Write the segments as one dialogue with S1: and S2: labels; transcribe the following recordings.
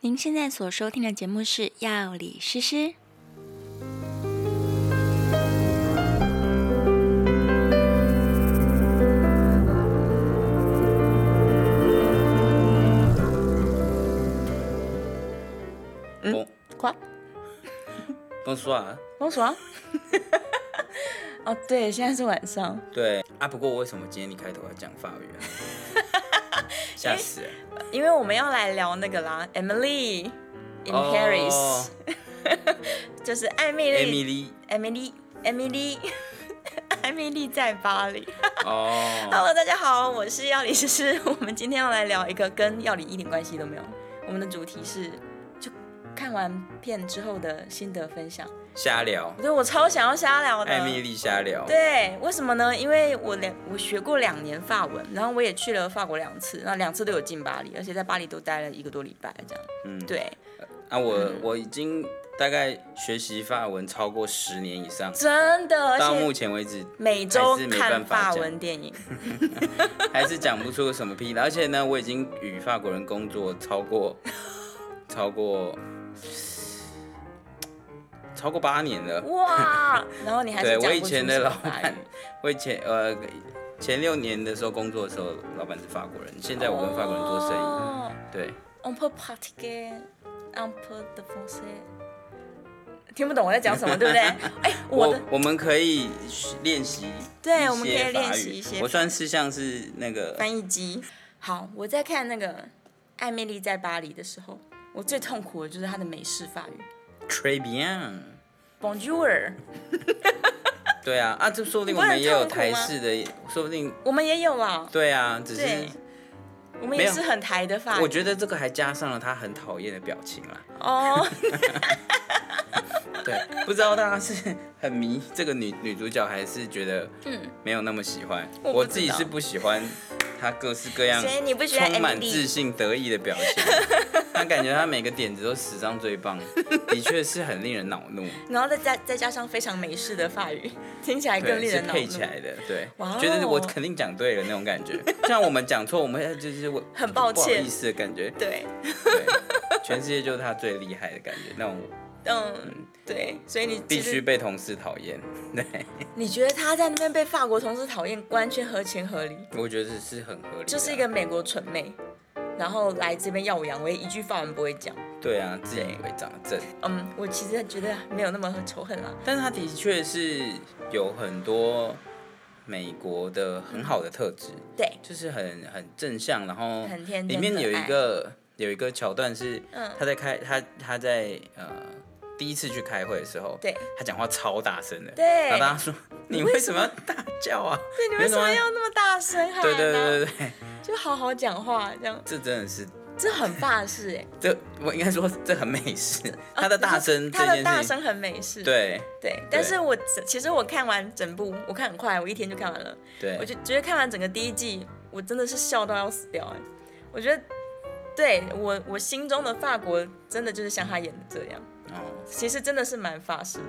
S1: 您现在所收听的节目是《药理诗诗》。
S2: 嗯
S3: Bon,
S2: Quoi
S3: bonsoir。
S2: ？Bonsoir 哦，对，现在是晚上。
S3: 对啊，不过为什么今天你开头要讲法语啊？啊 吓死人！
S2: 因为我们要来聊那个啦，Emily in
S3: 哦
S2: Paris，、就是艾米丽
S3: Emily，
S2: ，Emily，Emily，Emily，艾米丽在巴黎。
S3: 哦，
S2: Hello，大家好，我是药理诗诗。我们今天要来聊一个跟药理一点关系都没有。我们的主题是就看完片之后的心得分享。
S3: 瞎聊，
S2: 对，我超想要瞎聊的。
S3: 艾米丽瞎聊。
S2: 对，为什么呢？因为我两我学过两年法文，然后我也去了法国两次，那两次都有进巴黎，而且在巴黎都待了一个多礼拜这样。
S3: 嗯，
S2: 对，嗯
S3: 啊，我我已经大概学习法文超过十年以上，
S2: 真的，而
S3: 到
S2: 且
S3: 目前为止
S2: 每周
S3: 还是没
S2: 看
S3: 办法
S2: 法
S3: 讲
S2: 文电影，
S3: 还是讲不出什么屁来。而且呢，我已经与法国人工作 超过超过超过八年了。
S2: 哇！然后你还是
S3: 对
S2: 讲不
S3: 我以
S2: 出
S3: 前的
S2: 什么
S3: 老
S2: 法语
S3: 板，我以前呃前六年的时候工作的时候，老板是法国人，现在我跟法国人做生意。
S2: 哦
S3: 对，
S2: On peut pratiquer un peu de français。听不懂我在讲什么，对不对？哎，我
S3: 我
S2: 的
S3: 我们可以学练习，
S2: 对我们可以练习一些
S3: 我算是像是那个
S2: 翻译机。好，我在看那个《艾米丽在巴黎》的时候，我最痛苦的就是她的美式法语
S3: très bien。
S2: Bonjour。
S3: 对啊，啊，这说不定
S2: 你不
S3: 我
S2: 会
S3: 们也有
S2: 很痛苦
S3: 台
S2: 吗
S3: 式的，说不定
S2: 我们也有啊，
S3: 对啊，只是
S2: 对我们
S3: 没
S2: 也
S3: 有
S2: 是很台的法语。
S3: 我觉得这个还加上了他很讨厌的表情啦。
S2: 哦，
S3: 对，不知道大家是 很迷这个女女主角，还是觉得嗯没有那么喜欢。
S2: 我不知道
S3: 我自己是不喜欢她各式 各样，
S2: 所以你不喜欢
S3: 充满
S2: Emily
S3: 自信得意的表情。她感觉她每个点子都史上最棒，的确是很令人恼 怒，
S2: 然后再加再加上非常美式的法语，听起来更
S3: 对，
S2: 令
S3: 是
S2: 人恼
S3: 配起
S2: 怒。
S3: 来的，对
S2: 哇哦，
S3: 觉得我肯定讲对了那种感觉。像我们讲错，我们就是我
S2: 很抱歉
S3: 不好意思的 感觉。
S2: 对，
S3: 对，全世界就是她最厉害的感觉，那种
S2: 嗯，对，所以你
S3: 必
S2: 其实
S3: 须被同事讨厌。对，
S2: 你觉得他在那边被法国同事讨厌，完全合情合理，
S3: 我觉得是很合理的啊，
S2: 就是一个美国蠢妹，然后来这边耀武扬威，一句法文不会讲。
S3: 对啊，自以为长正，
S2: 嗯，我其实觉得没有那么仇恨啦。
S3: 但是他的确是有很多美国的很好的特质，
S2: 对，
S3: 就是很很正向，然后
S2: 很天真
S3: 里面有
S2: 可
S3: 一
S2: 爱
S3: 个有一个桥段是
S2: 嗯，
S3: 他在开他他在呃第一次去开会的时候，
S2: 对，
S3: 他讲话超大声的，
S2: 对
S3: 然后大 家说你为什么要大叫啊？
S2: 对，你为什么要那么大声喊、啊？
S3: 对对对对对，
S2: 就好好讲话，这样
S3: 这真的是
S2: 这很法式 哎、
S3: 这我应该说这很美式，他的大声这
S2: 哦他的
S3: 件
S2: 大
S3: 事情，
S2: 声很美式。
S3: 对
S2: 对，但是我整其实我看完整部，我看很快，我一天就看完了。
S3: 对，
S2: 我就觉得看完整个第一季，我真的是笑到要死掉哎、我觉得，对我我心中的法国真的就是像他演的这样，
S3: 哦
S2: 其实真的是蛮法式的，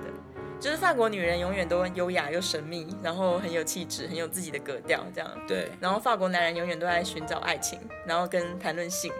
S2: 就是法国女人永远都优雅又神秘，然后很有气质，很有自己的格调这样。
S3: 对。
S2: 然后法国男人永远都在寻找爱情，然后跟谈论性。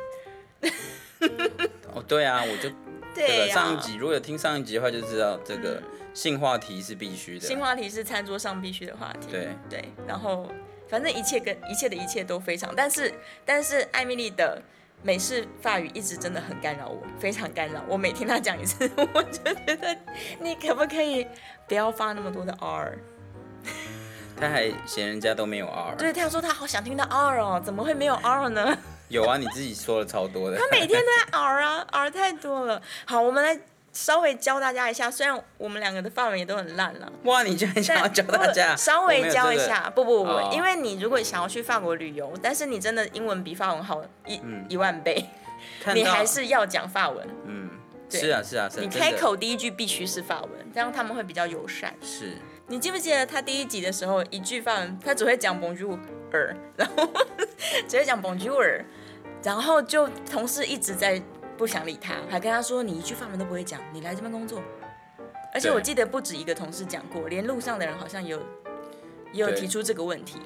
S3: 哦，对啊，我就这
S2: 对啊
S3: 个
S2: 呀、
S3: 上一集如果有听上一集的话，就知道这个性话题是必须的。啊
S2: 新话题是餐桌上必须的话题。
S3: 对
S2: 对，然后反正一切跟一切的一切都非常，但是但是艾米丽的美式法语一直真的很干扰我，非常干扰。我每听她讲一次， 我就觉得你可不可以不要发那么多的 R？
S3: 他还嫌人家都没有 R，
S2: 对，她说她好想听到 R 哦，怎么会没有 R 呢？
S3: 有啊，你自己说了超多的。
S2: 她每天都在 R 啊，R 太多了。好，我们来稍微教大家一下，虽然我们两个的法文也都很烂 了。
S3: 哇，你居然想要教大家，
S2: 不稍微教一下，不不不，
S3: 哦
S2: 因为你如果想要去法国旅游，但是你真的英文比法文好一、一万倍，
S3: 我没有这个，看
S2: 你
S3: 嗯到
S2: 还是要讲法文。
S3: 嗯，
S2: 对
S3: 是啊是啊是啊，
S2: 你
S3: 真的
S2: 开口第一句必须是法文，这样他们会比较友善。
S3: 是
S2: 你记不记得他第一集的时候，一句法文，他只会讲 bonjour，然后只会讲 bonjour，然后就同事一直在不想理他，还跟他说你一句法文都不会讲，你来这边工作。而且
S3: 对
S2: 我记得不止一个同事讲过，连路上的人好像也有也有
S3: 对
S2: 提出这个问题。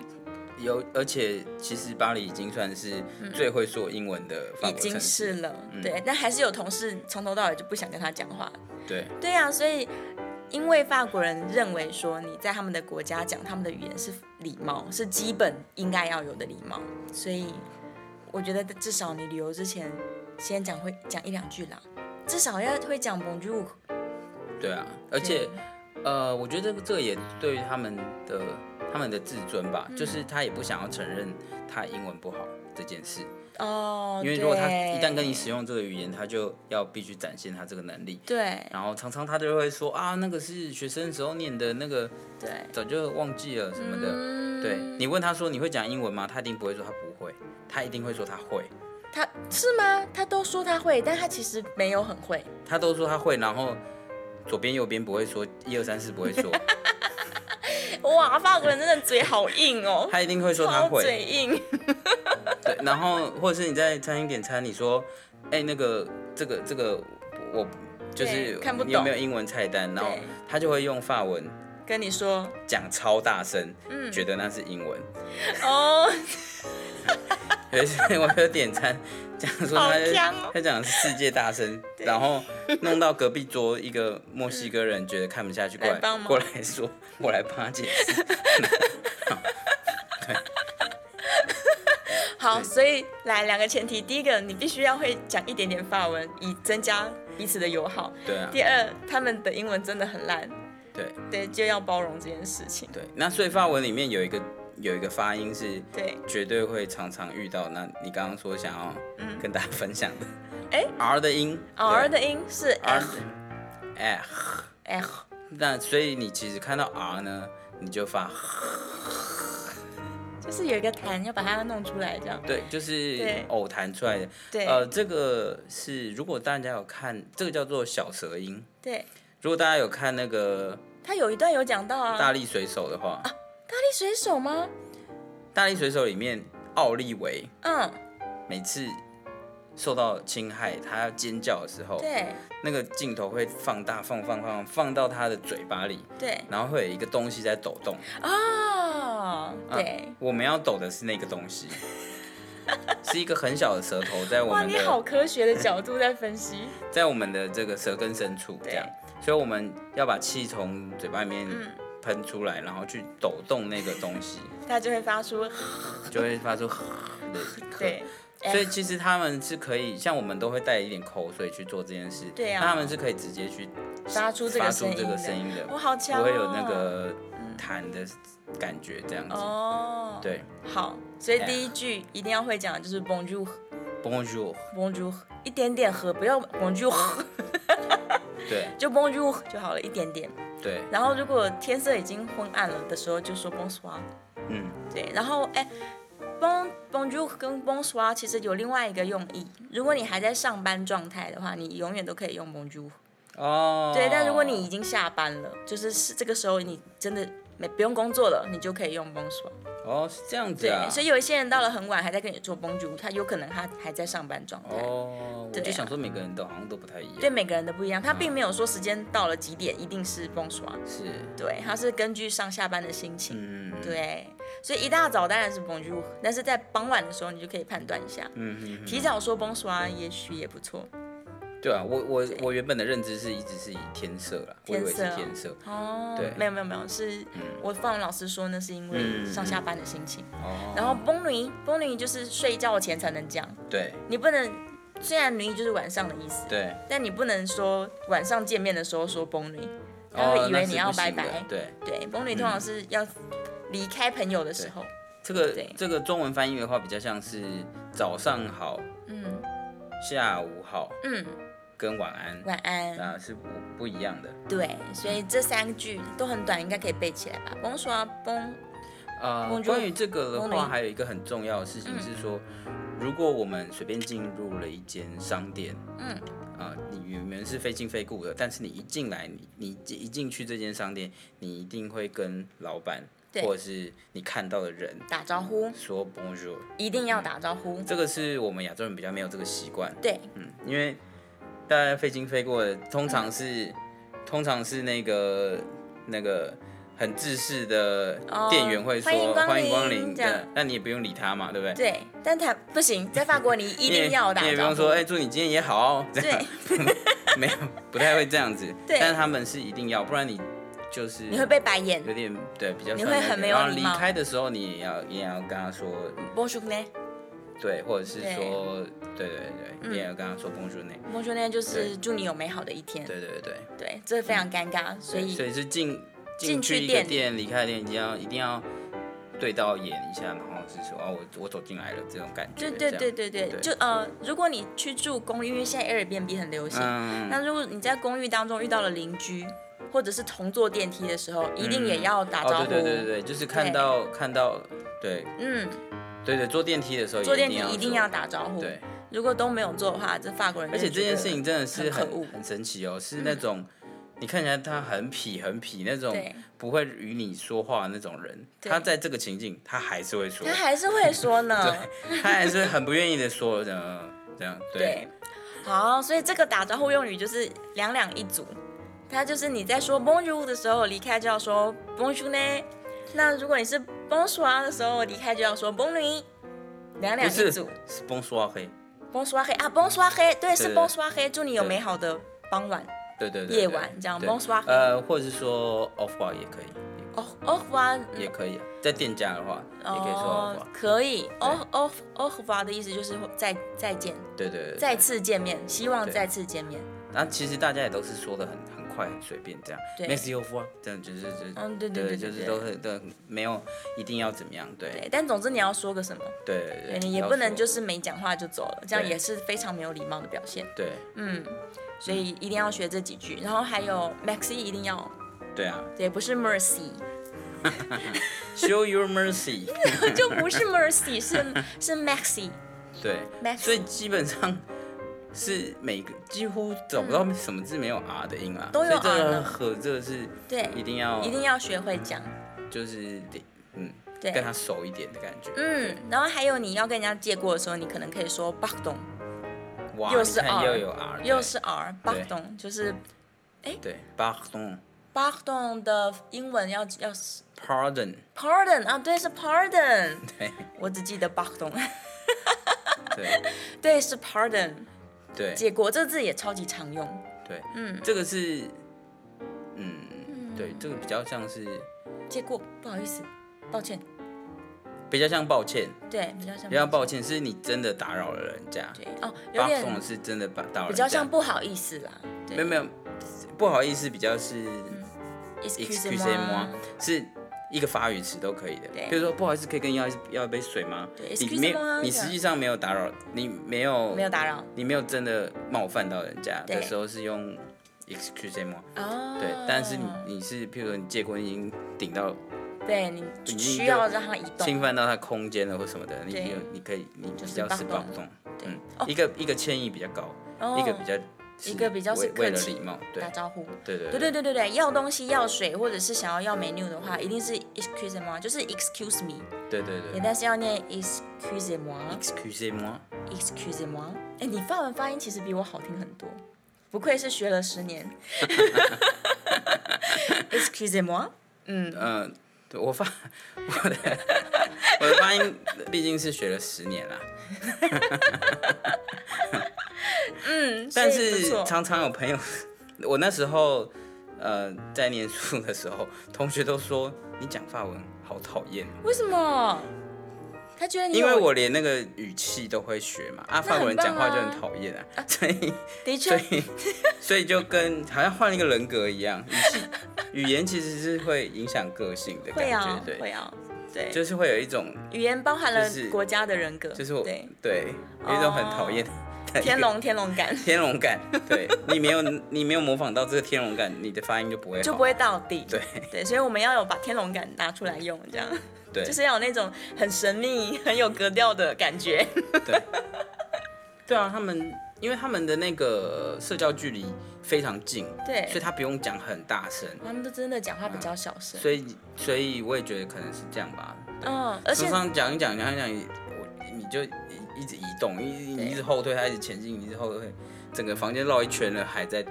S3: 有，而且其实巴黎已经算是最会说英文的
S2: 嗯
S3: 法
S2: 已
S3: 国
S2: 经
S3: 城市
S2: 是
S3: 了。
S2: 了，对，但还是有同事从头到尾就不想跟他讲话。
S3: 对，
S2: 对呀、所以因为法国人认为说你在他们的国家讲他们的语言是礼貌，是基本应该要有的礼貌，所以我觉得至少你旅游之前先讲会讲一两句啦，至少要会讲 Bonjour。
S3: 对啊，而且
S2: 对
S3: 呃，我觉得这个这个也对于他们的他们的自尊
S2: 嗯
S3: 吧，就是他也不想要承认他英文不好这件事，
S2: 哦，
S3: 因为如果他
S2: 对
S3: 一旦跟你使用这个语言，他就要必须展现他这个能力。
S2: 对
S3: 然后常常他就会说啊，那个是学生时候念的那个，
S2: 对
S3: 早就忘记了什么的。
S2: 嗯
S3: 对你问他说你会讲英文吗？他一定不会说他不会，他一定会说他会。
S2: 他是吗？他都说他会，但他其实没有很会。
S3: 他都说他会，然后左边右边不会说，一二三四不会说，
S2: 哇，法国人真的嘴好硬哦，
S3: 他一定会说他
S2: 超
S3: 会。
S2: 嘴硬。
S3: 对，然后或者是你在餐厅点餐，你说，哎、那个这个这个我就是
S2: 对看不懂
S3: 你有没有英文菜单？然后
S2: 对
S3: 他就会用法文
S2: 跟你说
S3: 讲超大声，
S2: 嗯
S3: 觉得那是英文。
S2: 哦，
S3: 有一次我有点餐， 讲说他
S2: 好强哦
S3: 他讲的是世界大 声，然后弄到隔壁桌一个墨西哥人觉得看不下去，过
S2: 来
S3: 来
S2: 帮忙
S3: 过来说， 过来帮他解 释。
S2: 好，所以来两个前提，第一个你必须要会讲一点点法文，以增加彼此的友好；
S3: 对啊，
S2: 第二，他们的英文真的很烂，
S3: 对
S2: 对，就要包容这件事情。
S3: 对。那所以法文里面有一个有一个发音是
S2: 对，
S3: 绝对会常常遇到，那你刚刚说想要跟大家分享的，
S2: 哎
S3: ，R 的音对
S2: 嗯 r 的音是
S3: R
S2: f
S3: 的 R，
S2: f，
S3: 那所以你其实看到 R 呢，你就发
S2: 就是有一个弹要把它弄出来，这样。
S3: 对，就是
S2: 对
S3: 偶弹出来的。
S2: 对
S3: 呃，这个是如果大家有看，这个叫做小舌音。
S2: 对，
S3: 如果大家有看那个
S2: 他有一段有讲到啊，
S3: 《
S2: 大
S3: 大
S2: 力
S3: 力水手》的
S2: 啊
S3: 话，
S2: 水手吗？
S3: 大力水手》里面奥利维
S2: 嗯，
S3: 每次受到侵害，他要尖叫的时候，
S2: 对
S3: 那个镜头会放大，放放放放到他的嘴巴里，
S2: 对
S3: 然后会有一个东西在抖动。
S2: 哦，
S3: 啊
S2: 对，
S3: 我们要抖的是那个东 西，是一个很小的舌头在我
S2: 哇，
S3: 们
S2: 你
S3: 的
S2: 好科学的角度在分析，
S3: 在我们的这个舌根深处，这样，所以我们要把气从嘴巴里面
S2: 嗯
S3: 喷出来，然后去抖动那个东西，
S2: 他就会发出
S3: 就会发 出的
S2: 对。哎
S3: 所以其实他们是可以，像我们都会带一点口水去做这件事，
S2: 对啊
S3: 那他们是可以直接去
S2: 发出这个
S3: 发出
S2: 声音
S3: 这个
S2: 的
S3: 声音的，
S2: 我好强、哦，
S3: 不会有那个弹的感觉这样子。
S2: 哦，，
S3: 对
S2: 好，所以
S3: 哎呀
S2: 第一句一定要会讲的就是 Bonjour
S3: ，Bonjour，
S2: Bonjour，一点点喝，不要 Bonjour，
S3: 对
S2: 就 Bonjour 就好了，一点点。
S3: 对，
S2: 然后如果天色已经昏暗了的时候，就说 Bonsoir。
S3: 嗯，
S2: 对，然后哎，Bon Bonjour 跟 Bonsoir 其实有另外一个用意，如果你还在上班状态的话，你永远都可以用 Bonjour。
S3: 哦，
S2: 对，但如果你已经下班了，就是是这个时候你真的没不用工作了，你就可以用 Bonsoir。
S3: 哦是这样子
S2: 对，
S3: 啊，
S2: 所以有一些人到了很晚还在跟你做公主，他有可能他还在上班状态。
S3: 哦，我
S2: 对
S3: 就
S2: 啊
S3: 想说每个人都好像都不太一样，
S2: 对每个人的不一样，他并没有说时间到了几点一定是蹦爽，
S3: 是，
S2: 对，他是根据上下班的心情，
S3: 嗯，
S2: 对，所以一大早当然是蹦住，但是在傍晚的时候你就可以判断一下，
S3: 嗯，嗯
S2: 提早说蹦爽也许也不错，
S3: 嗯对啊，我我我原本的认知是一直是以天色啦，我以
S2: 天
S3: 为
S2: 色
S3: 是天色，
S2: 哦
S3: 对，
S2: 没有没有没有，是我范文老师说那是因为
S3: 嗯
S2: 上下班的心情，
S3: 哦，
S2: 然后蹦女蹦女就是睡觉前才能讲，
S3: 对
S2: 你不能，虽然女就是晚上的意思，
S3: 对，
S2: 但你不能说晚上见面的时候说崩女，他
S3: 哦
S2: 会以
S3: 那
S2: 为
S3: 是
S2: 你要
S3: 不行
S2: 拜
S3: 的
S2: 拜。
S3: 对，
S2: 对，崩女通常是要离开朋友的时候。
S3: 这个
S2: 对
S3: 这个中文翻译的话，比较像是早上好、
S2: 嗯
S3: 下午好
S2: 嗯，
S3: 跟晚安
S2: 晚安。
S3: 啊是不不一样的。
S2: 对，所以这三句都很短，应该可以背起来吧？崩说崩，
S3: 呃，
S2: Bonjour
S3: 关于这个的
S2: Morning
S3: 话，还有一个很重要的事情
S2: 嗯
S3: 是说，如果我们随便进入了一间商店，
S2: 嗯，
S3: 啊、你你们是非亲非故的，但是你一进来，你你一进去这间商店，你一定会跟老板
S2: 对
S3: 或者是你看到的人
S2: 打招呼
S3: 说 Bonjour，
S2: 一定要打招呼。
S3: 这个是我们亚洲人比较没有这个习惯，
S2: 对，
S3: 嗯，因为大家非亲非故的，通常是、通常是那个那个。很自私的
S2: 哦
S3: 店员会说
S2: 欢迎光
S3: 欢迎光
S2: 临
S3: 临，
S2: 这样
S3: 那那你也不用理他嘛，对不对？
S2: 对，但他不行，在法国你一
S3: 你也
S2: 定要打
S3: 你
S2: 招
S3: 也
S2: 呼。
S3: 不用说，哎、祝你今天也好、哦，这样
S2: 对，
S3: 没有不太会这样子，
S2: 对
S3: 但是他们是一定要，不然你就是
S2: 你会被白 眼。
S3: 有点对比较
S2: 你
S3: 酸
S2: 会
S3: 那
S2: 很
S3: 点
S2: 没有
S3: 然后
S2: 礼
S3: 离
S2: 貌
S3: 开的时候你也要你也要跟他说嗯
S2: Bonjour 呢
S3: 对，或者是
S2: 对嗯
S3: 说对对对，你也要跟他说 bonjour 呢，
S2: ？Bonjour 呢就是
S3: 对
S2: 祝你有美好的一天。
S3: 对对对，
S2: 对，这非常尴尬，所以
S3: 所以是进
S2: 进
S3: 进
S2: 去
S3: 去一个
S2: 店里
S3: 店，离开店一定要一定要对到眼一下，然后是说哦，我我走进来了这种感
S2: 对
S3: 觉，
S2: 对
S3: 这样
S2: 对对对，
S3: 对
S2: 就呃，如果你去住公寓，因为现在 Airbnb 很流行，
S3: 嗯，
S2: 那如果你在公寓当中遇到了邻居，或者是同坐电梯的时候，一定也要打招呼。
S3: 嗯哦，对对对对，就是看
S2: 对
S3: 到看到，对
S2: 嗯，
S3: 对对，坐电梯的时候也
S2: 坐电梯一定要
S3: 说
S2: 打招呼。
S3: 对，
S2: 如果都没有做的话，这法国人
S3: 而
S2: 就
S3: 且
S2: 觉
S3: 这
S2: 得
S3: 件事情真的是
S2: 很可
S3: 很
S2: 恶嗯
S3: 很神奇哦，是那种你看起来他很痞很痞那种
S2: 对
S3: 不会与你说话的那种人，
S2: 对
S3: 他在这个情境他还是会说
S2: 他，还是会说 呢。
S3: 他还是很不愿意的说这样这样，对
S2: 对，好，所以这个打招呼用语就是两两一组，它就是你在说 Bonjour 的时候离开就要说 Bonjour 呢，那如果你是 Bonsoir 的时候离开就要说 Bonjour，两两
S3: 不
S2: 一
S3: 是
S2: 组
S3: 是崩说黑，
S2: Bonsoir 黑啊 Bonsoir 黑，对，是
S3: 对
S2: Bonsoir 黑，祝你有
S3: 对
S2: 美好的傍晚
S3: 对对对，
S2: 夜
S3: 对
S2: 晚这样
S3: 对
S2: Bonsoir
S3: 呃，或者是说 off bar 也可以，
S2: 哦哦哇，
S3: 也可以，啊在店家的话
S2: 哦
S3: 也可以说 off bar，
S2: 可以哦哦哦哇的意思就是再再见，
S3: 对对对对，
S2: 再次见面，希望
S3: 对
S2: 再次见面。
S3: 然后其实大家也都是说的很很快很随便这样，
S2: 对
S3: 没事有夫啊，这样就是就是，
S2: 嗯对对对对
S3: 就是
S2: 对
S3: 都很都很没有一定要怎么样，对
S2: 对，但总之你要说个什么？
S3: 对对
S2: 对
S3: 对，
S2: 你也
S3: 要
S2: 不能
S3: 说
S2: 就是没讲话就走了，这样
S3: 对
S2: 也是非常没有礼貌的表现。
S3: 对
S2: 嗯，所以一定要学这几句，然后还有 Maxi 一定要，
S3: 对啊
S2: 对，不是 Mercy，
S3: ，show your mercy，
S2: 就不是 Mercy，是是 Maxi。
S3: 对
S2: Maxi
S3: 所以基本上是每个几乎找不到什么字没有 r 的音啊，
S2: 都有
S3: 所以这
S2: R
S3: 个
S2: 呢
S3: 和这个是
S2: 对，
S3: 一定要
S2: 一定要学会讲。
S3: 就是得嗯
S2: 对
S3: 跟他熟一点的感觉，
S2: 嗯，然后还有你要跟人家借过的时候，你可能可以说 b a k d o n
S3: 哇，
S2: 又
S3: 你
S2: 是
S3: 看
S2: R，
S3: 又有 r，
S2: 又
S3: 对
S2: 是 R b a k d o n 就是
S3: 对，pardon
S2: b a k d o n 的英文要要是
S3: pardon，
S2: Pardon 啊，对，是 Pardon，
S3: 对
S2: 我只记得 b a k d o n
S3: 对
S2: 对，是 Pardon。
S3: 对，
S2: 结果这字也超级常用，
S3: 对，
S2: 嗯
S3: 这个是，嗯，对，这个比较像是，
S2: 结果不好意思，抱歉，
S3: 比较像抱歉，
S2: 对，比较像
S3: 比较抱歉，是你真的打扰了人家，
S2: 对哦，有
S3: 巴松
S2: 点
S3: 是真的把打扰人家，
S2: 比较像不好意思啦，对
S3: 没有没有，不好意思，比较是 excuse
S2: ，excuse
S3: me，
S2: me，
S3: 是一个法语词都可以的
S2: 对，
S3: 比如说不好意思，可以跟你要一要一杯水吗
S2: 对？
S3: 你
S2: excuse
S3: 没
S2: moi，
S3: 有，你
S2: 这样
S3: 实际上没有打扰，你没有
S2: 没有打扰
S3: 你没有真的冒犯到人家
S2: 对
S3: 的时候是用 excuse me，
S2: 哦，
S3: 对，但是你你是譬如说你借过，你已经顶到。
S2: 对你
S3: 经
S2: 需
S3: 就
S2: 要让它移
S3: 侵
S2: 动，
S3: 犯到他空间了或什么的，你
S2: 对
S3: 有你可以你
S2: 就
S3: 比
S2: 是
S3: 较是
S2: 帮
S3: 暴
S2: 忙
S3: 动，
S2: 对
S3: 嗯
S2: 哦，
S3: 一个一个歉意比较高，
S2: 哦
S3: 一个比较是
S2: 一个比较是
S3: 为
S2: 客
S3: 为了
S2: 气
S3: 礼貌，对
S2: 打招呼。
S3: 对对
S2: 对
S3: 对
S2: 对对对对，要东西要水，或者是想要要 menu 的话，一定是 excuse me，就是 excuse me，
S3: 对对对
S2: 也但是要念 excuse me，excuse
S3: ，excuse moi，
S2: me。哎，你法文发音其实比我好听很多，不愧是学了十年。excuse me。
S3: 嗯，对我发我的我的发音毕竟是学了十年啦，
S2: 嗯，
S3: 但
S2: 所以不
S3: 是
S2: 错
S3: 常常有朋友， 我那时候呃在念书的时候，同学都说你讲法文好讨厌哦。
S2: 为什么？他觉得你
S3: 因
S2: 有
S3: 为我连那个语气都会学嘛，啊，法国人讲话就
S2: 那
S3: 很
S2: 很
S3: 讨厌啊，所以
S2: 的确
S3: 所以所以就跟好像换了一个人格一样，语气语言其实是会影响个性的感
S2: 会
S3: 觉，
S2: 啊，会
S3: 对，
S2: 啊，对，
S3: 就是会有一种
S2: 语言包含了
S3: 就是
S2: 国家的人格，
S3: 就是我
S2: 对
S3: 对有一种很讨厌的感觉
S2: 天龙天龙感
S3: 天龙感， 对你没有你没有模仿到这个天龙感，你的发音就不会好
S2: 就不会到底，
S3: 对
S2: 对，所以我们要有把天龙感拿出来用，这样
S3: 对
S2: 就是要有那种很神秘、很有格调的感 觉。
S3: 对啊，他们因为他们的那个社交距离非常近，
S2: 对
S3: 所以他不用讲很大声，
S2: 他们都真的讲话比较小声，
S3: 所以所以我也觉得可能是这样吧，
S2: 嗯，而且
S3: 通常讲一讲讲一讲，我你就一一直移动，一
S2: 对
S3: 你一直后退，它一直前进，你一直后退，整个房间绕一圈了，还在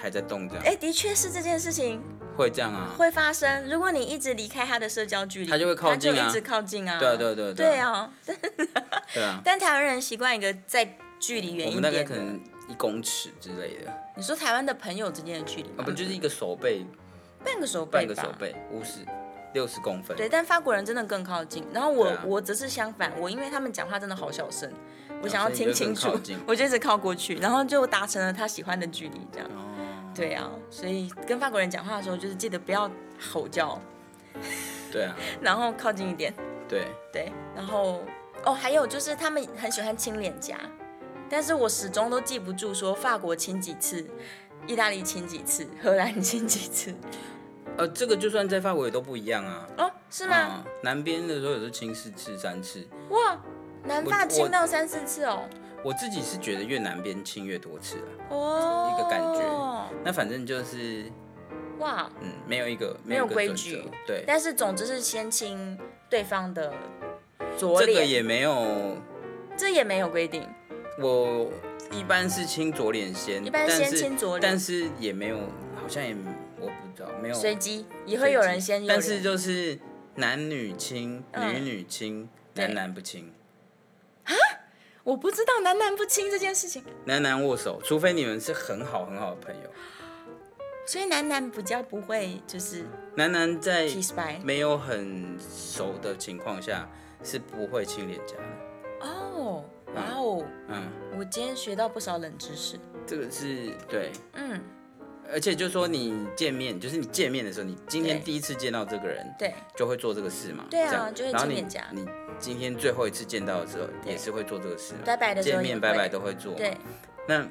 S3: 还在动，这样、
S2: 哎、的确是这件事情
S3: 会这样啊？
S2: 会发生。如果你一直离开他的社交距离，
S3: 他就会靠近啊
S2: 他就一直靠近啊。
S3: 对啊，对啊，对啊，
S2: 对
S3: 啊，
S2: 啊。
S3: 对啊。
S2: 但台湾人习惯一个在距离远
S3: 我
S2: 一
S3: 们大概
S2: 点嗯
S3: 可
S2: 的。
S3: 能一公尺之类的，
S2: 你说台湾的朋友之间的距离吗，
S3: 啊，不就是一个手背，
S2: 半个手背吧，
S3: 半个手背，五十六十公分。
S2: 对，但法国人真的更靠近。然后我、
S3: 对啊
S2: 我则是相反，我因为他们讲话真的好小声，我想要
S3: 所以
S2: 听
S3: 你就
S2: 清
S3: 更
S2: 楚
S3: 靠近，
S2: 我就一直靠过去，然后就达成了他喜欢的距离，这样。
S3: 哦，
S2: 对啊，所以跟法国人讲话的时候，就是记得不要吼叫，
S3: 对啊，
S2: 然后靠近一点。
S3: 对，
S2: 对，然后哦，还有就是他们很喜欢亲脸颊，但是我始终都记不住说法国亲几次，意大利亲几次，荷兰亲几次。
S3: 呃，这个就算在法国也都不一样啊。
S2: 哦，是吗？
S3: 嗯南边的时候也是亲四次、三次，
S2: 哇，南
S3: 我
S2: 法
S3: 嗯我
S2: 亲到三四次哦。
S3: 我自己是觉得越南边亲越多次啊。
S2: 哦，
S3: 一个感觉那反正就是，
S2: 哇！
S3: 嗯，没有一个
S2: 没有
S3: 一个
S2: 规
S3: 准
S2: 矩
S3: 则对，
S2: 但是总之是先亲对方的左
S3: 这个
S2: 脸，
S3: 也哦没有。
S2: 这也没有规定。
S3: 我一般是亲左脸先，
S2: 一般
S3: 但
S2: 先
S3: 是
S2: 亲左脸
S3: 但是也没有，好像也我不知道，没有
S2: 随机也会有人先有
S3: 但
S2: 人，
S3: 是就是男女亲、
S2: 嗯
S3: 女女亲、
S2: 对
S3: 男男不亲，
S2: 我不知道男男不亲这件事情，
S3: 男男握手，除非你们是很好很好的朋友。
S2: 所以男男比较不会就是
S3: 男男在
S2: kiss by
S3: 没有很熟的情况下是不会亲脸颊的。
S2: 哦，哇哦，
S3: 嗯，
S2: 我今天学到不少冷知识。
S3: 这个是对，
S2: 嗯，
S3: 而且就说你见面，就是你见面的时候，你今天
S2: 对
S3: 第一次见到这个人，
S2: 对，
S3: 就会做这个事嘛。
S2: 对啊
S3: 这样
S2: 就会
S3: 然后
S2: 亲
S3: 你
S2: 脸颊
S3: 你今天最后一次见到的时候，
S2: 对
S3: 也是会做这个事嘛。
S2: 拜拜的时候
S3: 嗯见
S2: 也会
S3: 面拜拜都会做嘛。
S2: 对，
S3: 那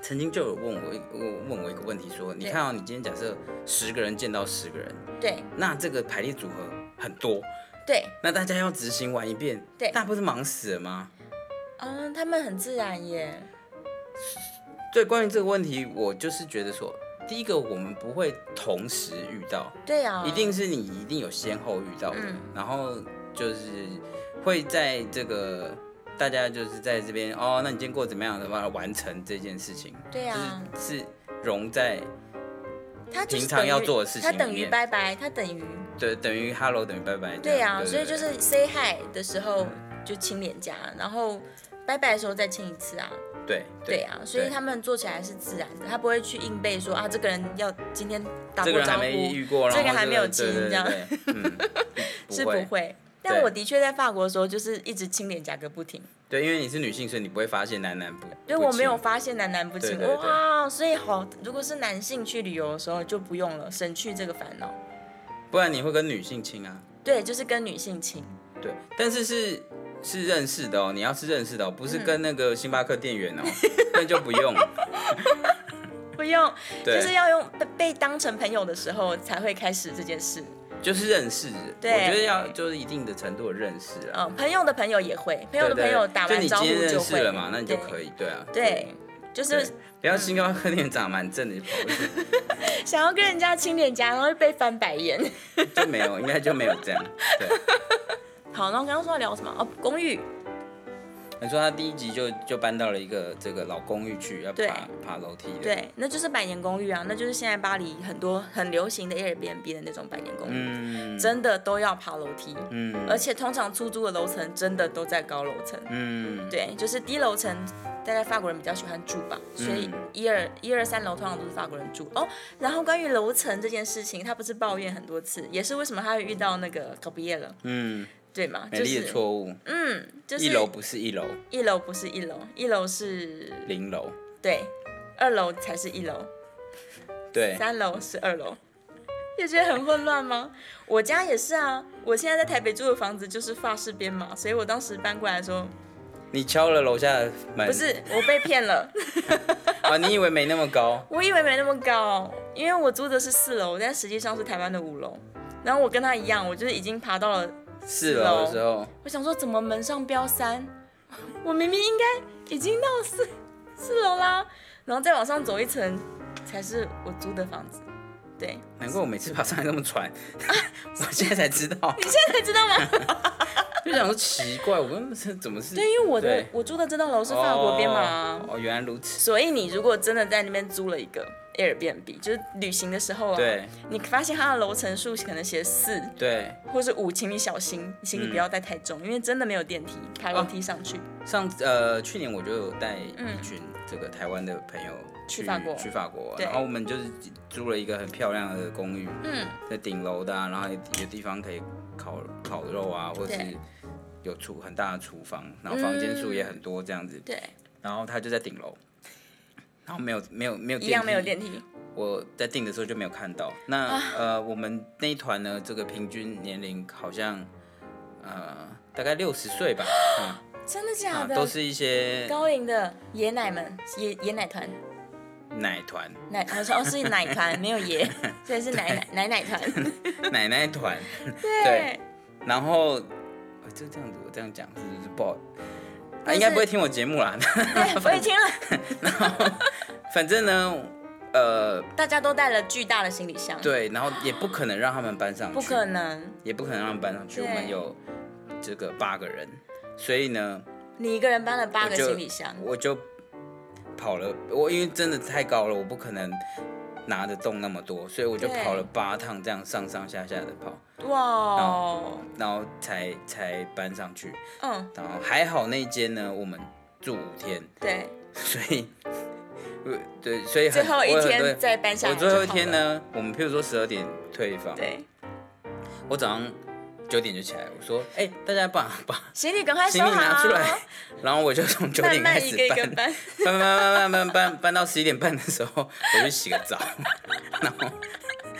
S3: 曾经就有问我一我问我一个问题说，你看到、你今天假设十个人见到十个人，
S2: 对
S3: 那这个排列组合很多，
S2: 对，
S3: 那大家要执行完一遍，
S2: 对
S3: 那不是忙死了吗？
S2: 嗯，他们很自然耶。
S3: 对，关于这个问题，我就是觉得说，第一个我们不会同时遇到，
S2: 对啊，
S3: 一定是你一定有先后遇到的，
S2: 嗯
S3: 然后就是会在这个大家就是在这边哦，那你今天过得怎么样的话，完成这件事情，
S2: 对啊，
S3: 就是是融在
S2: 他就是
S3: 平常
S2: 等于
S3: 要做的事情
S2: 他等
S3: 里
S2: 于
S3: 面
S2: 拜拜，他等于
S3: 对等于 hello 等于拜拜这样，
S2: 对啊，
S3: 对
S2: 所以就
S3: 对嗯
S2: 是 say hi 的时候就亲脸颊，然后拜拜的时候再亲一次啊。
S3: 对
S2: 对啊，所以他们做起来是自然的，他不会去硬背说啊，这个人要今天打
S3: 这
S2: 过
S3: 个人
S2: 招
S3: 还
S2: 呼，
S3: 没遇过，然后
S2: 这个还没有
S3: 这
S2: 亲
S3: 个对
S2: 这样，
S3: 对 对对嗯，
S2: 是
S3: 不
S2: 不
S3: 会，
S2: 会。但
S3: 对
S2: 我的确在法国的时候，就是一直亲脸颊个不停，
S3: 对，因为你是女性，所以你不会发现男男不，
S2: 对
S3: 不
S2: 我没有
S3: 亲，
S2: 发现男男不亲，
S3: 对对对
S2: 哇，所以好，如果是男性去旅游的时候就不用了，省去这个烦恼。
S3: 不然你会跟女性亲啊，
S2: 对，就是跟女性亲，
S3: 对，但是是是认识的哦，你要是认识的哦，不是
S2: 嗯
S3: 跟那个星巴克店员哦， 那就不用，
S2: 不用，就
S3: 对，
S2: 是要用被被当成朋友的时候才会开始这件事。
S3: 就是认识，
S2: 对
S3: 我觉得要就是一定的程度的认识啊，
S2: 嗯，朋友的朋友也会，朋
S3: 对
S2: 友的
S3: 对
S2: 朋友打
S3: 就
S2: 完
S3: 你
S2: 招
S3: 今
S2: 呼
S3: 天认
S2: 就
S3: 识
S2: 会
S3: 了嘛，那你就可
S2: 以。
S3: 以，对啊，
S2: 对，就
S3: 对，
S2: 是嗯
S3: 不要星巴克店长蛮正的，跑过去
S2: 想要跟人家亲脸颊，然后就被翻白眼。
S3: 就没有，应该就没有这样，对。
S2: 好，那我刚刚说要聊什么？哦，公寓。
S3: 你说他第一集就就搬到了一个这个老公寓去，要
S2: 对
S3: 爬爬楼梯的。，
S2: 对，那就是百年公寓啊，那就是现在巴黎很多很流行的 Airbnb 的那种百年公寓，
S3: 嗯，
S2: 真的都要爬楼梯，
S3: 嗯
S2: 而且通常出租的楼层真的都在高楼层。
S3: 嗯，
S2: 对，就是低楼层，大概法国人比较喜欢住吧，所以
S3: 嗯
S2: 一二一二三楼通常都是法国人住哦。然后关于楼层这件事情，他不是抱怨很多次，也是为什么他会遇到那个搞毕业了，
S3: 嗯，
S2: 对吗？
S3: 美
S2: 就
S3: 丽
S2: 是
S3: 的错误，
S2: 嗯，就是
S3: 一楼不是一楼，
S2: 一楼不是一楼，一楼是
S3: 零楼。
S2: 对，二楼才是一楼，
S3: 对，
S2: 三楼是二楼，也觉得很混乱吗？我家也是啊，我现在在台北住的房子就是法式编码，所以我当时搬过来的时候，
S3: 你敲了楼下的门，
S2: 不是我被骗了，？
S3: 啊？你以为没那么高
S2: 我以为没那么高，因为我租的是四楼，但实际上是台湾的五楼。然后我跟他一样，我就是已经爬到了，
S3: 四楼的时候，
S2: 我想说怎么门上标三，我明明应该已经到四四楼啦，然后再往上走一层才是我租的房子，对，
S3: 难怪我每次爬上来那么喘， 我现在才知道，
S2: 啊你现在知道吗？
S3: 就想说奇怪，我们这怎么是？
S2: 对，因为我的
S3: 对
S2: 我住的这栋楼是法国编码啊
S3: 哦，哦，原来如此。
S2: 所以你如果真的在那边租了一个 Airbnb，就是旅行的时候啊，
S3: 对
S2: 你发现它的楼层数可能写四
S3: 对，
S2: 或是五，请你小心，行李不要带太重，因为真的没有电梯，爬
S3: 哦
S2: 楼梯上去。
S3: 上呃去年我就有带一群这个台湾的朋友
S2: 嗯去法国
S3: 去法国，
S2: 对
S3: 然后我们就是租了一个很漂亮的公寓，
S2: 嗯，
S3: 在顶楼的、啊，然后有地方可以烤烤肉啊，或者是
S2: 对
S3: 有厨很大的厨房，然后房间数也很多这样子，
S2: 对，
S3: 然后他就在顶楼，然后没有没有没有
S2: 一样没有
S3: 电梯。
S2: 电啊梯。
S3: 我在订的时候就没有看到。那、呃，我们那一团呢，这个平均年龄好像呃大概六十岁吧，嗯
S2: 真的假
S3: 啊，
S2: 的？
S3: 都是一些
S2: 高龄的爷奶们，爷爷奶团，
S3: 奶团、
S2: 奶我说哦是奶团，没有爷，所以是奶奶奶奶团。
S3: 奶奶团，
S2: 对，
S3: 然后呃就这样子，我这样讲是不是不好？啊，
S2: 但
S3: 应该
S2: 是
S3: 不会听我节目啦。
S2: 对，我已经了，
S3: 反正呢，呃，
S2: 大家都带了巨大的行李箱，，
S3: 对，然后也不可能让他们搬上去，
S2: 不可能，
S3: 也不可能让他们搬上去。
S2: 对
S3: 我们有这个八个人，所以呢，
S2: 你一个人搬了八
S3: 我
S2: 个
S3: 就
S2: 行李箱，
S3: 我就跑了。我因为真的太高了，我不可能拿得动那么多，所以我就
S2: 对
S3: 跑了八趟，这样上上下下的跑，
S2: 哇哦，
S3: 然后才才搬上去。
S2: 嗯，
S3: 然后哦还好那一间呢，我们住五天，
S2: 对，
S3: 所以 呃对，所以
S2: 最
S3: 很
S2: 后一
S3: 我很
S2: 天
S3: 对
S2: 再搬下来，
S3: 我最后一天？呢，我们譬如说十二点退房，
S2: 对，
S3: 我早上九点就起来，我说哎、大家把 把
S2: 行李赶快收
S3: 行
S2: 好，
S3: 李拿出来，然后我就从九
S2: 慢
S3: 点开
S2: 慢
S3: 始
S2: 一个一个
S3: 搬
S2: 搬，
S3: 搬搬搬搬搬搬搬到十一点半的时候，我去洗个澡， 然后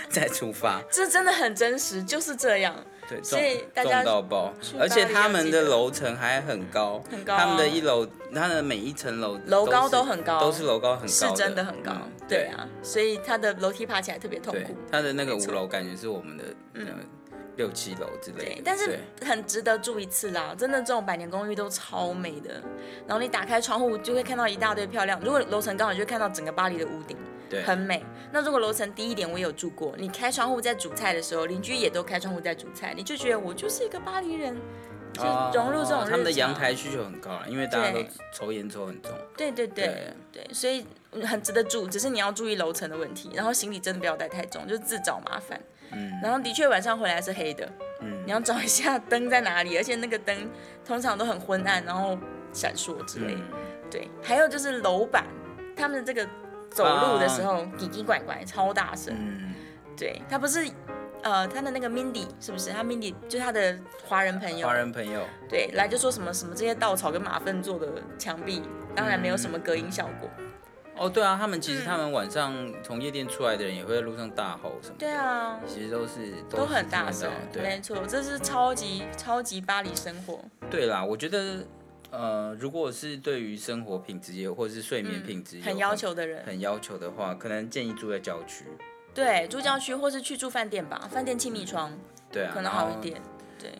S3: 再出发。
S2: 这真的很真实，就是这样，
S3: 对，
S2: 所
S3: 重
S2: 以大家
S3: 重到爆
S2: 去，
S3: 而且
S2: 巴黎
S3: 他
S2: 要
S3: 们
S2: 记
S3: 的
S2: 得
S3: 楼层还很高，
S2: 很高啊
S3: 他们的一楼，他的每一层楼
S2: 楼高
S3: 是
S2: 都很高
S3: 都是楼高很高，
S2: 是真的很高
S3: 嗯，
S2: 对啊，所以他的楼梯爬起来特别痛
S3: 对
S2: 苦，，
S3: 他的那个
S2: 没
S3: 五
S2: 错嗯
S3: 楼感觉是我们的呃六七楼之类
S2: 对
S3: 的，，
S2: 但是
S3: 对
S2: 很值得住一次啦，真的这种百年公寓都超美的。然后你打开窗户就会看到一大堆漂亮，如果楼层高，你就会看到整个巴黎的屋顶，
S3: 对
S2: 很美。那如果楼层低一点，我也有住过，你开窗户在煮菜的时候，邻居也都开窗户在煮菜，你就觉得我就是一个巴黎人，就
S3: 哦
S2: 融入这种日常。
S3: 他们的阳台需求很高啊，因为大家都
S2: 对
S3: 抽烟抽很重，
S2: 对对对对所以很值得住，只是你要注意楼层的问题，然后行李真的不要带太重，就是自找麻烦。嗯，然后的确晚上回来是黑的，嗯，你要找一下灯在哪里，而且那个灯通常都很昏暗，然后闪烁之类的。
S3: 嗯，
S2: 对，还有就是楼板，他们这个走路的时
S3: 啊
S2: 候叽叽拐拐，超大声。
S3: 嗯
S2: 对他不是，呃，他的那个 Mindy 是不是？他 Mindy 就是他的华人朋友，
S3: 华人朋友，
S2: 对，来就说什么什么这些稻草跟马粪做的墙壁，当然没有什么隔音效果。
S3: 哦，对啊，他们
S2: 嗯
S3: 其实他们晚上从夜店出来的人也会在路上大吼什么，
S2: 对，啊，
S3: 其实都是
S2: 都
S3: 是
S2: 很
S3: 听
S2: 大
S3: 得
S2: 声
S3: 到，
S2: 没
S3: 啊对
S2: 错，这是超级超级巴黎生活，
S3: 对啦，我觉得呃，如果是对于生活品质有或者是睡眠品质有
S2: 嗯很要求的人。
S3: 很要求的话，可能建议住在郊区，
S2: 对，住郊区或是去住饭店吧，饭店气密窗
S3: 对啊，
S2: 可能
S3: 然
S2: 好
S3: 后
S2: 一，点。对，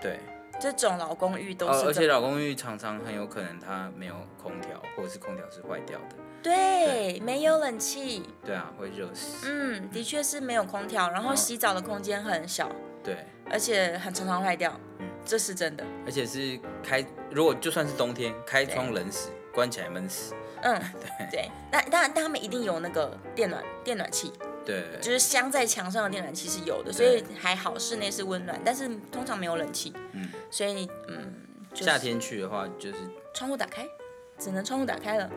S3: 对，呃
S2: 这种老公寓都
S3: 哦而而
S2: 是这
S3: 且
S2: 么
S3: 老公寓常常很有可能它没有空调，或者是空调是坏掉的，
S2: 对，没有冷气，
S3: 对啊，会热死，
S2: 嗯，的确是没有空调，然后
S3: 嗯
S2: 洗澡的空间很小，
S3: 对。
S2: 而且很常常坏掉
S3: 嗯，
S2: 这是真的。
S3: 而且是开，如果就算是冬天，开窗冷死，关起来闷死。
S2: 嗯，对，那那那他们一定有那个电暖电暖器，
S3: 对，
S2: 就是镶在墙上的电暖器是有的，所以还好室内是温暖，但是通常没有冷气，
S3: 嗯
S2: 所以嗯，就是
S3: 夏天去的话，就是
S2: 窗户打开，只能窗户打开了，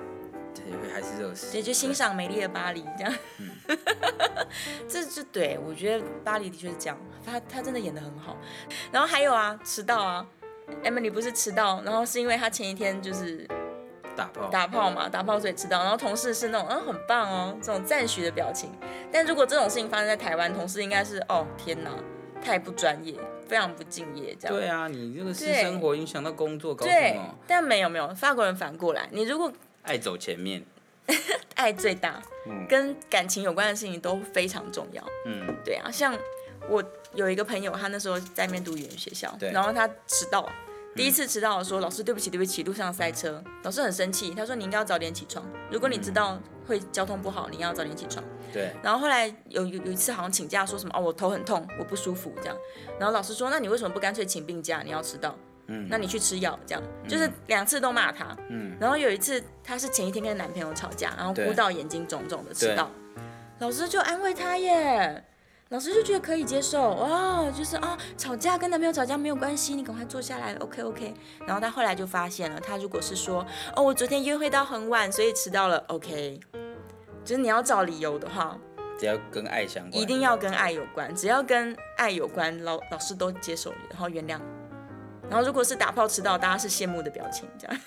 S3: 对嗯会还是热死。
S2: 对，就欣赏美丽的巴黎这样。 这就对我觉得巴黎的确是这样，他他真的演的很好。然后还有啊，迟到啊，Emily 不是迟到，然后是因为她前一天就是
S3: 对打炮。
S2: 打炮嘛，打炮所以迟到。然后同事是那种嗯很棒哦这种赞许的表情。但如果这种事情发生在台湾，同事应该是哦天哪，太不专业，非常不敬业这样。
S3: 对啊，你这个私
S2: 对
S3: 生活影响到工作，搞什
S2: 对
S3: 么？
S2: 但没有没有，法国人反过来，你如果
S3: 爱走前面。
S2: 爱最大，跟感情有关的事情都非常重要。
S3: 嗯，
S2: 对啊，像我有一个朋友，他那时候在那边读语言学校，
S3: 对嗯
S2: 然后他迟到，第一次迟到的说：“老师，对不起，对不起，路上塞车。”老师很生气，他说：“你应该要早点起床。如果你知道会交通不好，你要早点起床。”
S3: 对，
S2: 然后后来有有有一次好像请假说什么哦，我头很痛，我不舒服这样。然后老师说，那你为什么不干脆请病假？你要迟到，
S3: 嗯
S2: 那你去吃药这样。就是两次都骂他，
S3: 嗯，
S2: 然后有一次她是前一天跟男朋友吵架，然后
S3: 对
S2: 哭到眼睛肿肿的迟
S3: 对
S2: 到，老师就安慰她耶。老师就觉得可以接受哦，就是哦，吵架跟男朋友吵架没有关系，你赶快坐下来，OK OK。然后她后来就发现了，她如果是说哦，我昨天约会到很晚，所以迟到了，OK，就是你要找理由的话，
S3: 只要跟爱相关，
S2: 一定要跟爱有关，只要跟爱有关，老老师都接受，然后原谅。然后如果是打炮迟到，大家是羡慕的表情，这样。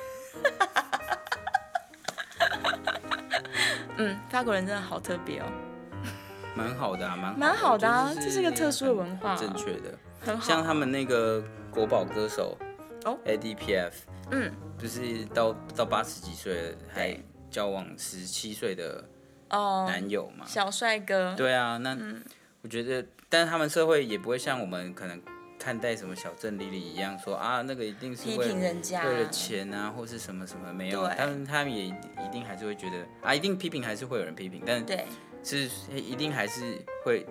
S2: 嗯，法国人真的好特别哦，
S3: 蛮好的啊，蛮
S2: 蛮好的啊
S3: 我觉得
S2: 这是个特殊的文化啊
S3: 很正确的。
S2: 很好。啊
S3: 像他们那个国宝歌手
S2: 哦
S3: a d p f
S2: 嗯，
S3: 就是到到八十几岁了还
S2: 对
S3: 交往十七岁的
S2: 哦，嗯
S3: 男友嘛，
S2: 小帅哥，
S3: 对啊，那我觉得，但是他们社会也不会像我们可能看待什么小镇丽丽一样说啊，那个一定是
S2: 批
S3: 为
S2: 评人家
S3: 为了钱啊，或是什么什么没有，啊
S2: 对
S3: 他们他们也一定还是会觉得啊，一定批评还是会有人批评，但
S2: 对，
S3: 是一定还是会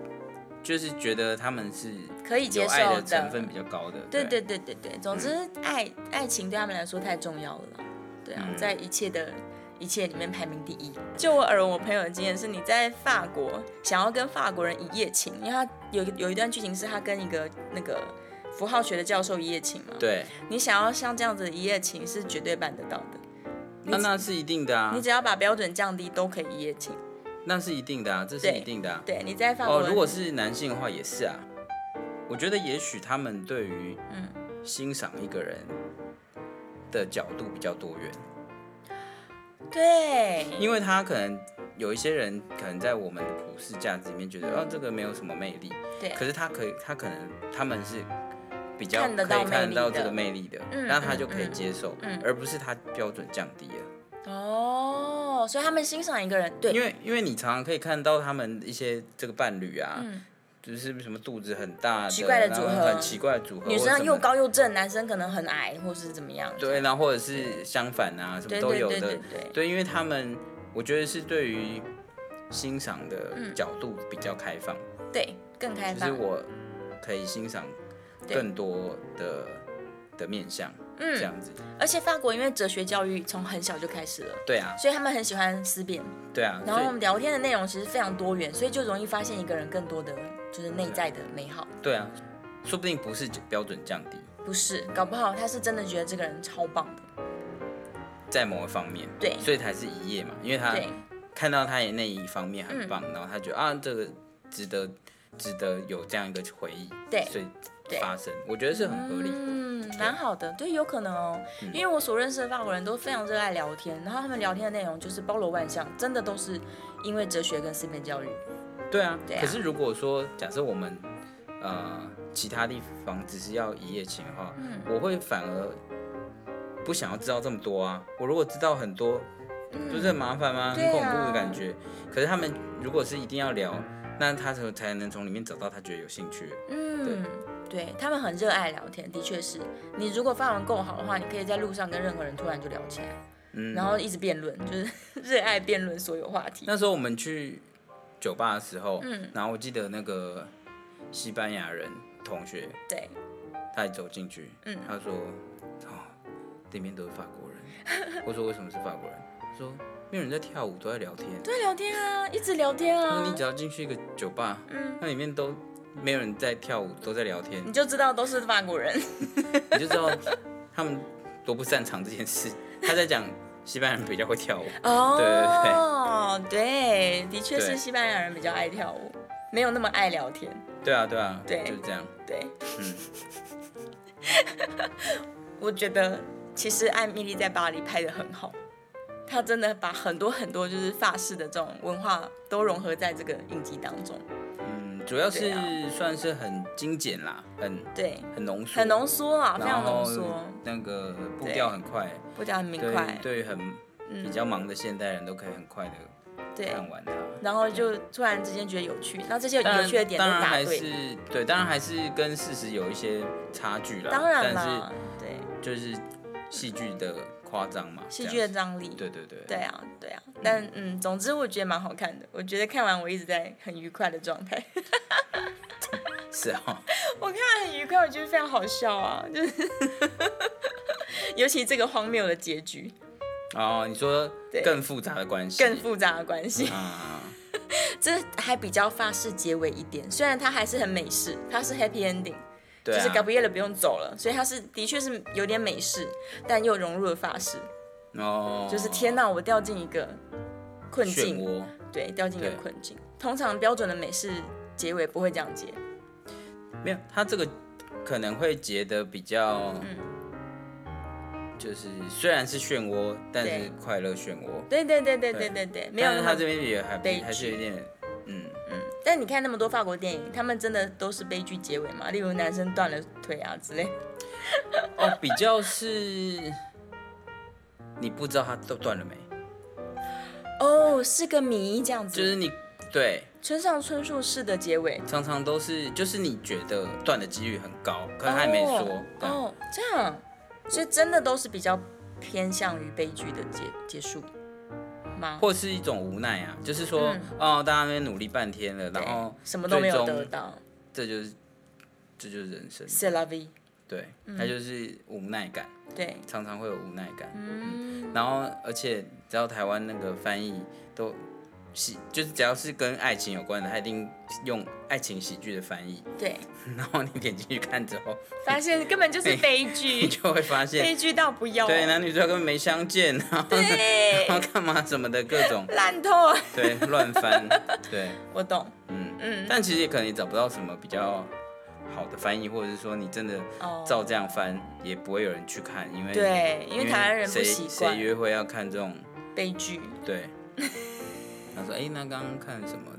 S3: 就是觉得他们是
S2: 可以接
S3: 有
S2: 受
S3: 爱的
S2: 的
S3: 成分比较高的，
S2: 对对对对对，总之、爱爱情对他们来说太重要了啦。对啊，
S3: 嗯
S2: 在一切的一切里面排名第一。就我耳闻我朋友的经验是，你在法国想要跟法国人一夜情，因为他有一有一段剧情是他跟一个那个符号学的教授一夜情嘛。，
S3: 对，
S2: 你想要像这样子的一夜情是绝对办得到的，
S3: 那那是一定的啊
S2: 你，只要把标准降低都可以一夜情。
S3: 那是一定的啊，这是
S2: 对
S3: 一定的啊。
S2: 对，你在法国
S3: 哦，
S2: 人
S3: 如果是男性的话，也是啊。我觉得也许他们对于
S2: 嗯
S3: 欣赏一个人的角度比较多元，
S2: 对，
S3: 因为他可能有一些人可能在我们的普世价值里面觉得，哦，这个没有什么魅力，
S2: 对
S3: 可是他可以，他可能他们是比较
S2: 看得到
S3: 可以看
S2: 魅力
S3: 得到
S2: 的
S3: 这个魅力的，
S2: 嗯
S3: 那他就
S2: 嗯
S3: 可以
S2: 嗯
S3: 接受，
S2: 嗯
S3: 而不是他标准降低了。
S2: 哦，所以他们欣赏一个人，对，
S3: 因为因为你常常可以看到他们一些这个伴侣啊，
S2: 嗯
S3: 就是什么肚子很大的
S2: 奇怪的组合
S3: 然后很奇哦怪的组合，
S2: 女
S3: 或者
S2: 生
S3: 什
S2: 又
S3: 么。
S2: 高又正，男生可能很矮或是怎么样。
S3: 对，然后或者是相反啊，什么
S2: 对
S3: 都
S2: 对
S3: 有
S2: 对
S3: 的
S2: 对。对，
S3: 对，因为他们我觉得是对于欣赏
S2: 嗯
S3: 的角度比较开放，
S2: 对，更开
S3: 就是
S2: 放。
S3: 我可以欣赏
S2: 对
S3: 更多的的面相，这样子。
S2: 嗯而且法国因为哲学教育从很小就开始了，
S3: 对啊，
S2: 所以他们很喜欢思辨，
S3: 对啊，
S2: 然后我
S3: 所
S2: 们聊天的内容其实非常多元，所以就容易发现一个人更多的就是内在的美好。
S3: 以对啊，说不定不是标准降低，
S2: 不是，搞不好他是真的觉得这个人超棒的。
S3: 在某一方面，
S2: 对
S3: 所以才是一夜嘛，因为他
S2: 对嗯
S3: 看到他也那一方面很棒，然后他觉得啊，这个值得值得有这样一个回忆，
S2: 对
S3: 所以
S2: 对
S3: 发生，我觉得是很合理的。嗯
S2: 嗯，蛮好的，对，有可能哦，因为我所认识的法国人都非常热爱聊天，然后他们聊天的内容就是包罗万象，真的都是因为哲学跟思辨教育。
S3: 对啊，
S2: 对啊
S3: 可是如果说假设我们呃其他地方只是要一夜情的话，
S2: 嗯
S3: 我会反而不想要知道这么多啊。我如果知道很多，
S2: 嗯
S3: 不是很麻烦吗？
S2: 对啊
S3: 很恐怖的感觉。可是他们如果是一定要聊，那他才才能从里面找到他觉得有兴趣的。
S2: 嗯，对他们很热爱聊天，的确是你如果发文够好的话，你可以在路上跟任何人突然就聊起来，
S3: 嗯，
S2: 然后一直辩论，就是 热爱辩论所有话题。
S3: 那时候我们去酒吧的时候，
S2: 嗯
S3: 然后我记得那个西班牙人同学，
S2: 对，
S3: 他也走进去，
S2: 嗯
S3: 他说，哦，里面都是法国 人。我说为什么是法国人？他说没有人在跳舞，都在聊天。
S2: 对，聊天啊，一直聊天
S3: 那
S2: 啊
S3: 嗯你只，要进去一个酒吧，
S2: 嗯
S3: 那里面都没有人在跳舞，都在聊天，
S2: 你就知道都是法国人。
S3: 你就知道他们多不擅长这件 事。他在讲西班牙人比较会跳舞，
S2: 哦，对，的确是
S3: 对
S2: 西班牙人比较爱跳舞，没有那么爱聊天。
S3: 对啊，对啊，
S2: 对
S3: 就是这样。
S2: 对，
S3: 嗯，
S2: 我觉得其实艾米丽在巴黎拍的很好，她真的把很多很多就是法式的这种文化都融合在这个影集当中。
S3: 嗯，主要
S2: 对
S3: 是
S2: 啊
S3: 算是很精简啦，很
S2: 对，
S3: 很浓缩，
S2: 很浓缩啊，非
S3: 然
S2: 常浓
S3: 后
S2: 缩，
S3: 那个步调很快，
S2: 步调很明
S3: 对
S2: 快，嗯
S3: 于，对于很比较忙的现代人都可以很快的
S2: 对，
S3: 看完它。
S2: 然后就突然之间觉得有趣，那这些
S3: 当
S2: 有
S3: 然
S2: 趣的点都
S3: 当然
S2: 答
S3: 还
S2: 对，
S3: 是对，当然还是跟事实有一些差距啦。
S2: 当然
S3: 但是
S2: 啦，对，
S3: 就是戏剧的夸张嘛，
S2: 戏
S3: 这
S2: 剧的
S3: 样子
S2: 张力。
S3: 对对对
S2: 对啊，对啊，但嗯，总之我觉得蛮好看的。我觉得看完我一直在很愉快的状态，
S3: 是啊，
S2: 我看完很愉快，我觉得非常好笑啊，就是 尤其这个荒谬的结局，
S3: 哦，你说
S2: 对
S3: 更复杂的关系，
S2: 更复杂的关系，
S3: 啊，
S2: 这还比较法式结尾一点，虽然它还是很美式，它是 happy ending，、
S3: 对
S2: 就是
S3: 啊，
S2: Gabrielle 不用走了，所以它是的确是有点美式，但又融入了法式，
S3: 哦，
S2: 就是天哪，我掉进一个困
S3: 漩
S2: 境，
S3: 涡，
S2: 对，掉进一个
S3: 对
S2: 困境。通常标准的美式结尾不会这样结，
S3: 没有，他这个可能会结得比较，
S2: 嗯
S3: 就是虽然是漩涡，但
S2: 对
S3: 是快乐漩涡，
S2: 对对对对对
S3: 对
S2: 对对，没有那
S3: 但是
S2: 么
S3: 他这边也还
S2: 悲剧
S3: 还是有点，嗯，
S2: 但你看那么多法国电影，他们真的都是悲剧结尾嘛？例如男生断了腿啊之类。
S3: 哦， 比较是你不知道他都断了没，
S2: 哦，是个谜这样子。
S3: 就是你对。
S2: 村上春树式的结尾。
S3: 常常都是，就是你觉得断的几率很高，可是他还没说。
S2: 哦
S3: 对啊
S2: 哦，这样，所以真的都是比较偏向于悲剧的结结束吗？
S3: 或是一种无奈啊，就是说，哦，大家那边努力半天了，然后
S2: 嗯对什么都没有
S3: 最
S2: 得
S3: 终，
S2: 到。
S3: 这就是这就是人生，
S2: C'est la vie。
S3: 对，
S2: 嗯
S3: 它就是无奈感，
S2: 对，
S3: 常常会有无奈感。嗯，然后而且你知道台湾那个翻译都喜，就是只要是跟爱情有关的，他一定用爱情喜剧的翻译，
S2: 对，
S3: 然后你点进去看之后，
S2: 发现根本就是悲
S3: 你
S2: 剧，
S3: 就会发现
S2: 悲。剧到不要。
S3: 对，男女主角根本没相见，然后呢
S2: 对
S3: 然后干嘛什么的各 种，
S2: 烂透了。
S3: 对，乱翻，对，
S2: 我懂。
S3: 嗯
S2: 嗯
S3: 但其实也可能也找不到什么比较好的翻译，或者是说你真的
S2: 哦
S3: 照这样翻，也不会有人去看，因为
S2: 对，因为台湾人不
S3: 谁
S2: 习
S3: 谁
S2: 惯
S3: 约会要看这种，
S2: 悲剧。
S3: 对。他说：“哎、那刚刚看什么？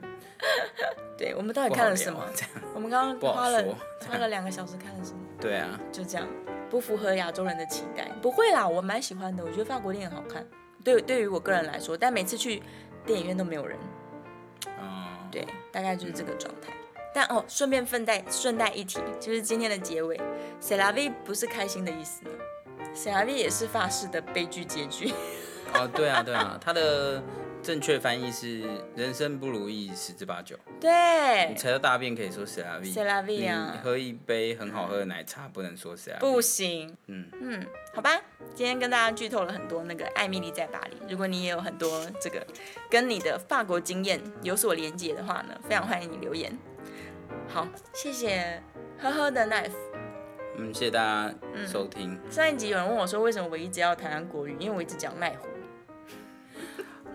S2: 对，我们到底
S3: 不
S2: 看
S3: 好
S2: 了
S3: 聊
S2: 什么？
S3: 这样
S2: 我们刚
S3: 不
S2: 刚
S3: 好
S2: 花了
S3: 说
S2: 花了两个小时看了什么？
S3: 对啊，
S2: 就这样，不符合亚洲人的期待。不会啦，我蛮喜欢的，我觉得法国电影好看。对，对于我个人来说，但每次去电影院都没有人。
S3: 嗯，
S2: 对，大概就是这个状态。但哦，顺便顺带顺带一提，就是今天的结尾 c e l a v i 不是开心的意思呢 c e l a v i 也是法式的悲剧结局。
S3: 哦，对啊，对啊，他的正确翻译是‘人生不如意十之八九’，
S2: 对
S3: 你，吃到大便可以说 c e l a v i
S2: C'est la vie 啊
S3: 你喝一杯很好喝的奶茶不能说 c e l a v i
S2: 不行。
S3: 嗯
S2: 嗯，好吧，今天跟大家剧透了很多那个艾米丽在巴黎。如果你也有很多这个跟你的法国经验有所连接的话呢，非
S3: 嗯
S2: 常欢迎你留言。好，谢谢呵呵的 knife。
S3: 嗯，谢谢大家收听。
S2: 上一集有人问我说，为什么我一直要台湾国语？因为我一直讲奈何。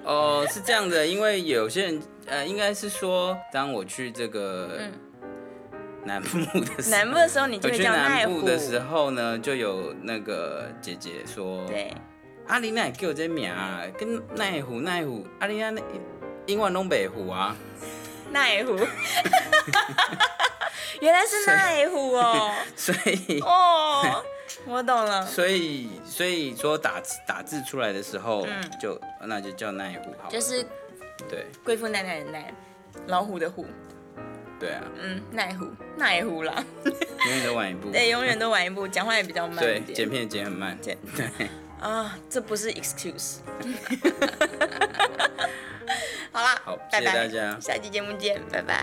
S3: 哦，是这样的，因为有些人，呃，应该是说，当我去这个 南部的时候，
S2: 嗯南部的时候你就
S3: 我
S2: 会
S3: 去
S2: 叫奈
S3: 南
S2: 何
S3: 部。的时候呢，就有那个姐姐说，
S2: 对，
S3: 阿玲奈给我这名啊，跟奈虎奈虎，阿玲奈英文拢北虎啊，
S2: 奈何。原来是奈何哦，
S3: 所以
S2: 哦，我懂了。
S3: 所以所以说打字打字出来的时候，就那就叫奈虎好了，
S2: 嗯就是
S3: 对
S2: 贵妇奶奶的奶，老虎的虎，
S3: 对啊，
S2: 嗯，奈虎奈虎啦，
S3: 永远都晚一步，
S2: 对，永远都晚一步，讲话也比较慢
S3: 对
S2: 一，点
S3: 剪片剪很慢，
S2: 剪
S3: 对，
S2: 啊，这不是 excuse。好啦，
S3: 好
S2: 拜
S3: 谢谢
S2: 拜
S3: 大家
S2: 下期节目见，拜拜。